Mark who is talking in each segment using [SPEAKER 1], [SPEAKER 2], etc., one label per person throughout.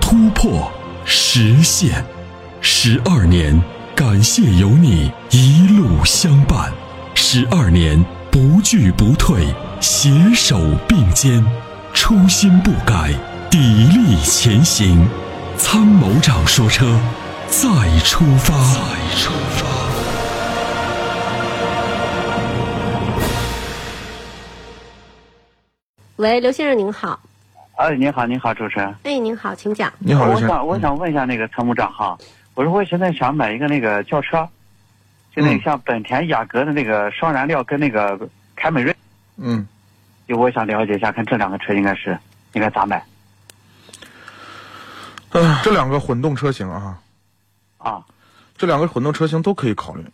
[SPEAKER 1] 突破、实现，十二年，感谢有你一路相伴，十二年不惧不退，携手并肩，初心不改，砥砺前行。”参谋长说：“车，再出发。”再出发。
[SPEAKER 2] 喂，刘先生您好。
[SPEAKER 3] 哎，您好，您好，主持人。
[SPEAKER 2] 哎，您好，请讲。
[SPEAKER 4] 你好，
[SPEAKER 3] 我
[SPEAKER 4] 刘先
[SPEAKER 3] 想，
[SPEAKER 4] 生。嗯
[SPEAKER 3] 我想问一下那个参谋长哈，我说我现在想买一个那个轿车，就那
[SPEAKER 4] 嗯
[SPEAKER 3] 个像本田雅阁的那个双燃料跟那个凯美瑞，
[SPEAKER 4] 嗯，
[SPEAKER 3] 就我想了解一下，看这两个车应该是应该咋买
[SPEAKER 4] 这两个混动车型啊，
[SPEAKER 3] 啊？
[SPEAKER 4] 这两个混动车型都可以考虑。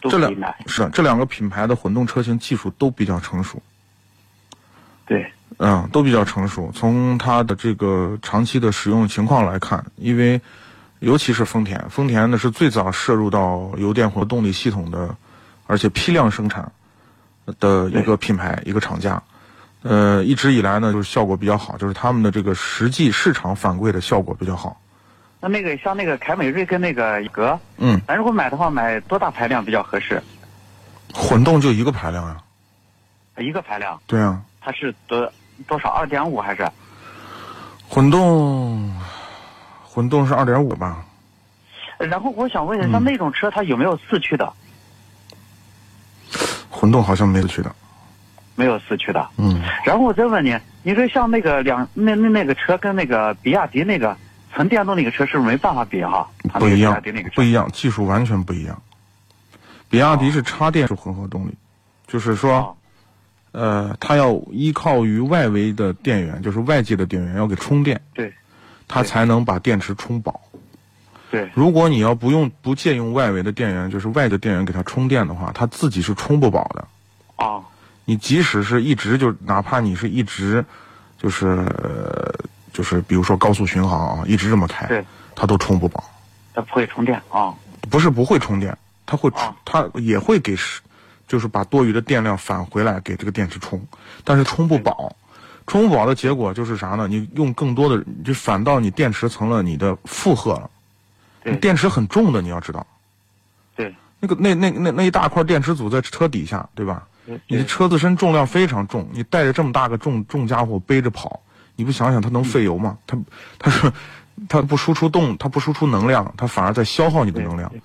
[SPEAKER 3] 都
[SPEAKER 4] 这
[SPEAKER 3] 可
[SPEAKER 4] 两
[SPEAKER 3] 以买，
[SPEAKER 4] 是啊这两个品牌的混动车型技术都比较成熟，
[SPEAKER 3] 对，
[SPEAKER 4] 嗯，都比较成熟。从它的这个长期的使用情况来看，因为尤其是丰田，丰田呢是最早摄入到油电混合动力系统的，而且批量生产的一个品牌一个厂家。呃，一直以来呢，就是效果比较好，就是他们的这个实际市场反馈的效果比较好。
[SPEAKER 3] 那那个像那个凯美瑞跟那个雅阁，
[SPEAKER 4] 嗯，
[SPEAKER 3] 咱如果买的话，买多大排量比较合适？
[SPEAKER 4] 混动就一个排量啊呀、
[SPEAKER 3] 一个排量，
[SPEAKER 4] 对啊，
[SPEAKER 3] 它是多多少？二点五还是？
[SPEAKER 4] 混动，混动是二点五吧？
[SPEAKER 3] 然后我想问一
[SPEAKER 4] 嗯
[SPEAKER 3] 下，像那种车它有没有四驱的？
[SPEAKER 4] 混动好像没有去的。
[SPEAKER 3] 没有四驱的。
[SPEAKER 4] 嗯，
[SPEAKER 3] 然后我再问你，你说像那个两那那那个车跟那个比亚迪那个纯电动那个车是不是没办法比哈？它
[SPEAKER 4] 不
[SPEAKER 3] 那个
[SPEAKER 4] 一
[SPEAKER 3] 比
[SPEAKER 4] 样
[SPEAKER 3] 亚迪那个，车
[SPEAKER 4] 不一样，技术完全不一样。比亚迪是插电式混合动力，就是
[SPEAKER 3] 哦
[SPEAKER 4] 说，呃，它要依靠于外围的电源，就是外界的电源要给充电，
[SPEAKER 3] 对
[SPEAKER 4] 它
[SPEAKER 3] 对
[SPEAKER 4] 才能把电池充饱。
[SPEAKER 3] 对
[SPEAKER 4] 如果你要不用不借用外围的电源，就是外界电源给它充电的话，它自己是充不饱的。
[SPEAKER 3] 哦
[SPEAKER 4] 你即使是一直就，哪怕你是一直，就是呃就是，比如说高速巡航啊，一直这么开
[SPEAKER 3] 对，
[SPEAKER 4] 它都充不饱。
[SPEAKER 3] 它不会充电啊、哦
[SPEAKER 4] 不是不会充电，它会充
[SPEAKER 3] 啊
[SPEAKER 4] 它也会给是，就是把多余的电量返回来给这个电池充，但是充不饱。充不饱的结果就是啥呢？你用更多的，就反倒你电池成了你的负荷了。
[SPEAKER 3] 对
[SPEAKER 4] 电池很重的，你要知道，
[SPEAKER 3] 对
[SPEAKER 4] 那个那那那那一大块电池组在车底下，对吧？
[SPEAKER 3] 对
[SPEAKER 4] 你的车自身重量非常重，你带着这么大个重重家伙背着跑，你不想想它能费油吗？它它是它不输出动，它不输出能量，它反而在消耗你的
[SPEAKER 3] 对
[SPEAKER 4] 能量，
[SPEAKER 3] 对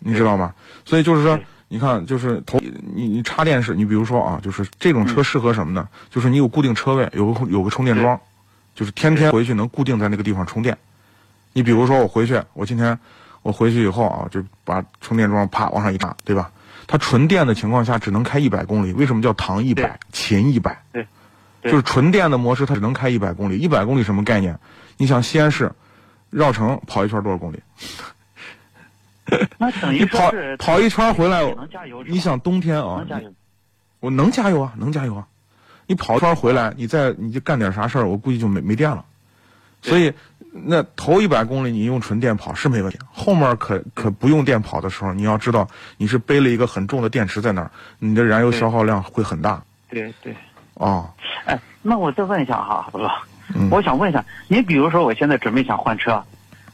[SPEAKER 4] 你知道吗？所以就是说
[SPEAKER 3] 对，
[SPEAKER 4] 你看，就是头你你插电式，你比如说啊，就是这种
[SPEAKER 3] 嗯
[SPEAKER 4] 车适合什么呢？就是你有固定车位，有个有个充电桩，就是天天回去能固定在那个地方充电。你比如说我回去，我今天我回去以后啊，就把充电桩啪往上一插，对吧？它纯电的情况下只能开一百公里，为什么叫唐一
[SPEAKER 3] 对
[SPEAKER 4] 百、秦一百？
[SPEAKER 3] 对对
[SPEAKER 4] 就是纯电的模式，它只能开一百公里。一百公里什么概念？你想西安市绕城跑一圈多少公里？
[SPEAKER 3] 那等于
[SPEAKER 4] 你
[SPEAKER 3] 说
[SPEAKER 4] 跑
[SPEAKER 3] 是
[SPEAKER 4] 跑一圈回来，
[SPEAKER 3] 能加油是吧
[SPEAKER 4] 你想冬天啊
[SPEAKER 3] 能，加油？
[SPEAKER 4] 我能加油啊，能加油啊！你跑一圈回来，你再你就干点啥事儿，我估计就没没电了。所以，那头一百公里你用纯电跑是没问题，后面可可不用电跑的时候，你要知道你是背了一个很重的电池在那儿，你的燃油消耗量会很大啊、
[SPEAKER 3] 对对。
[SPEAKER 4] 哦
[SPEAKER 3] 哎，那我再问一下哈，老师
[SPEAKER 4] 嗯
[SPEAKER 3] 我想问一下，您比如说我现在准备想换车，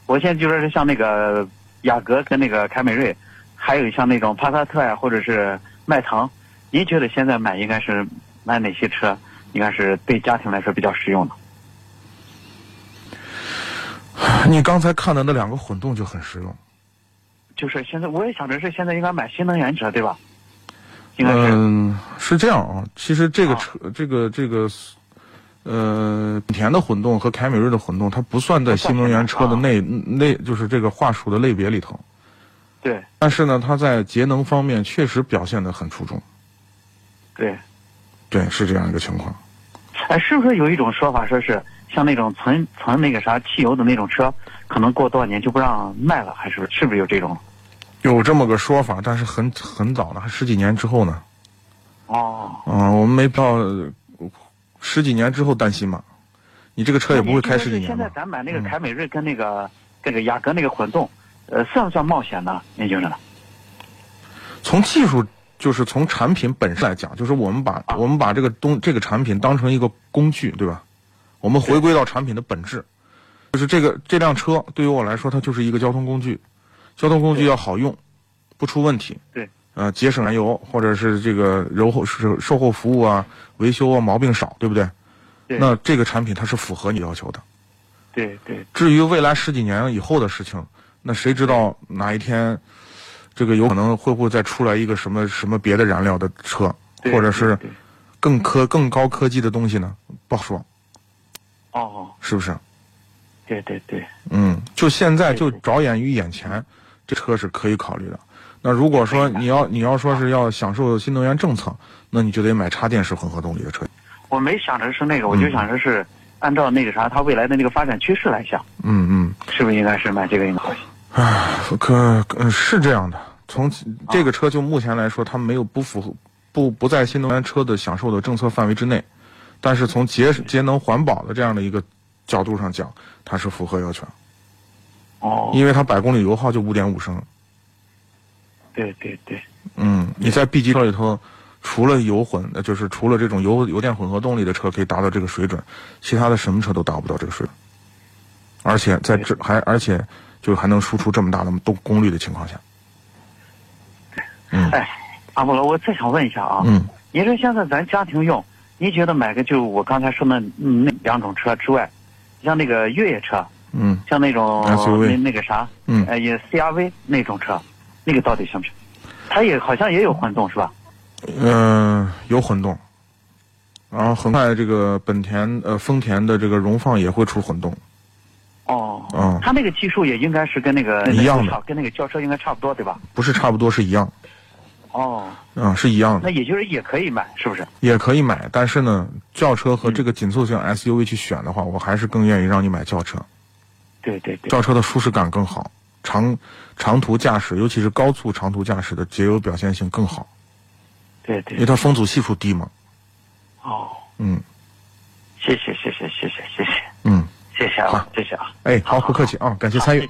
[SPEAKER 3] 我现在就说是像那个雅阁跟那个凯美瑞，还有像那种帕萨特呀，或者是迈腾，您觉得现在买应该是买哪些车？应该是对家庭来说比较实用的。
[SPEAKER 4] 你刚才看的那两个混动就很实用。
[SPEAKER 3] 就是现在我也想着是现在应该买新能源车，对吧？应该是、
[SPEAKER 4] 嗯，是这样啊。其实这个车，这个这个，呃，本田的混动和凯美瑞的混动，它不算在
[SPEAKER 3] 不算
[SPEAKER 4] 新能源
[SPEAKER 3] 混动啊
[SPEAKER 4] 车的内内，就是这个话术的类别里头。
[SPEAKER 3] 对
[SPEAKER 4] 但是呢，它在节能方面确实表现得很出众。
[SPEAKER 3] 对。
[SPEAKER 4] 对，是这样一个情况。
[SPEAKER 3] 哎，是不是有一种说法，说是像那种存存那个啥汽油的那种车，可能过多少年就不让卖了，还是是不是有这种？
[SPEAKER 4] 有这么个说法，但是很很早呢，还十几年之后呢。
[SPEAKER 3] 哦，
[SPEAKER 4] 啊、我们没到呃十几年之后担心嘛，你这个车也不会开十几年
[SPEAKER 3] 现
[SPEAKER 4] 吧
[SPEAKER 3] 在？咱买
[SPEAKER 4] 嗯
[SPEAKER 3] 那个凯美瑞跟那个跟这个雅阁那个混动，呃，算不算冒险呢？您觉着呢？
[SPEAKER 4] 从技术，就是从产品本身来讲，就是我们把我们把这个东这个产品当成一个工具，对吧？我们回归到产品的本质，就是这个这辆车对于我来说，它就是一个交通工具，交通工具要好用，不出问题。
[SPEAKER 3] 对，
[SPEAKER 4] 呃，节省燃油，或者是这个售后售售后服务啊、维修啊毛病少，对不对？
[SPEAKER 3] 对
[SPEAKER 4] 那这个产品它是符合你要求的。
[SPEAKER 3] 对对
[SPEAKER 4] 至于未来十几年以后的事情，那谁知道哪一天，这个有可能会不会再出来一个什么什么别的燃料的车，
[SPEAKER 3] 对，
[SPEAKER 4] 或者是
[SPEAKER 3] 对对
[SPEAKER 4] 更科更高科技的东西呢？不好说，
[SPEAKER 3] 哦，
[SPEAKER 4] 是不是？
[SPEAKER 3] 对对对，
[SPEAKER 4] 嗯，就现在就
[SPEAKER 3] 对对
[SPEAKER 4] 着眼于眼前，这车是可以考虑的。那如果说你要你要说是要享受新能源政策，那你就得买插电式混合动力的车。
[SPEAKER 3] 我没想着是那个，我
[SPEAKER 4] 嗯
[SPEAKER 3] 就想着是按照那个啥，它未来的那个发展趋势来想，
[SPEAKER 4] 嗯嗯。
[SPEAKER 3] 是不是应该是买这个应该好些？
[SPEAKER 4] 啊，可可是这样的，从这个车就目前来说，它没有不符合不不在新能源车的享受的政策范围之内，但是从节节能环保的这样的一个角度上讲，它是符合要求，
[SPEAKER 3] 哦，
[SPEAKER 4] 因为它百公里油耗就五点五升。
[SPEAKER 3] 对对对，
[SPEAKER 4] 嗯，你在 B 级车里头，除了油混，呃就是除了这种油油电混合动力的车可以达到这个水准，其他的什么车都达不到这个水准，而且在这还而且就还能输出这么大的动功率的情况下，
[SPEAKER 3] 哎，阿波罗，我再想问一下啊，
[SPEAKER 4] 嗯。
[SPEAKER 3] 您说现在咱家庭用，您觉得买个就我刚才说的嗯那两种车之外，像那个越野车，
[SPEAKER 4] 嗯，
[SPEAKER 3] 像那种
[SPEAKER 4] SUV
[SPEAKER 3] 那那个啥，
[SPEAKER 4] 嗯
[SPEAKER 3] 呃，也 CRV 那种车，那个到底行不行？它也好像也有混动是吧？
[SPEAKER 4] 嗯，有混动，然后很快这个本田呃丰田的这个荣放也会出混动
[SPEAKER 3] 哦，
[SPEAKER 4] 啊、
[SPEAKER 3] 它那个技术也应该是跟那个
[SPEAKER 4] 一样
[SPEAKER 3] 那
[SPEAKER 4] 的
[SPEAKER 3] 个差跟那个轿车应该差不多对吧？
[SPEAKER 4] 不是差不多是一样
[SPEAKER 3] 哦，
[SPEAKER 4] 啊、是一样
[SPEAKER 3] 那
[SPEAKER 4] 的，
[SPEAKER 3] 也就是也可以买，是不是？
[SPEAKER 4] 也可以买，但是呢，轿车和这个紧凑型 SUV 去选的话，我还是更愿意让你买轿车，
[SPEAKER 3] 对对对，
[SPEAKER 4] 轿车的舒适感更好，长长途驾驶，尤其是高速长途驾驶的节油表现性更好，
[SPEAKER 3] 对
[SPEAKER 4] 因
[SPEAKER 3] 对，
[SPEAKER 4] 为它风阻系数低嘛，
[SPEAKER 3] 哦，
[SPEAKER 4] 嗯
[SPEAKER 3] 谢谢谢谢谢谢谢谢
[SPEAKER 4] 嗯，
[SPEAKER 3] 谢谢啊
[SPEAKER 4] 好，
[SPEAKER 3] 谢谢啊，
[SPEAKER 4] 哎，好，不客气啊，感谢参与。